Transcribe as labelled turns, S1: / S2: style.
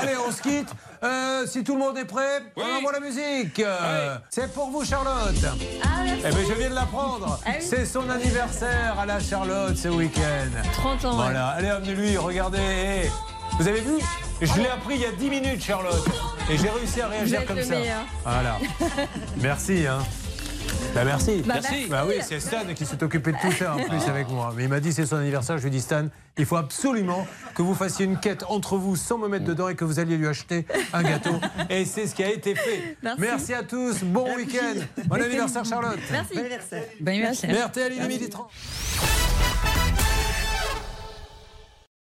S1: Allez, on se quitte. Euh, si tout le monde est prêt, on envoie la musique. Euh, C'est pour vous, Charlotte. Eh bien, je viens de l'apprendre.
S2: Ah oui.
S1: C'est son anniversaire à la Charlotte ce week-end.
S2: 30 ans. ouais.
S1: Voilà, allez, amenez-lui, regardez. Hey, Vous avez vu Je l'ai appris il y a 10 minutes, Charlotte. Et j'ai réussi à réagir
S2: êtes
S1: comme
S2: le
S1: ça.
S2: meilleur.
S1: Voilà. Merci, hein. Bah merci.
S2: Bah, Merci.
S1: Bah oui, c'est Stan qui s'est occupé de tout ça en plus avec moi. Mais il m'a dit c'est son anniversaire. Je lui ai dit Stan, il faut absolument que vous fassiez une quête entre vous sans me mettre dedans et que vous alliez lui acheter un gâteau. Et c'est ce qui a été fait.
S2: Merci.
S1: à tous. Bon week-end. Bon anniversaire Charlotte.
S2: Bah, Merci.
S3: Bon anniversaire.
S1: RTL, il est midi 30.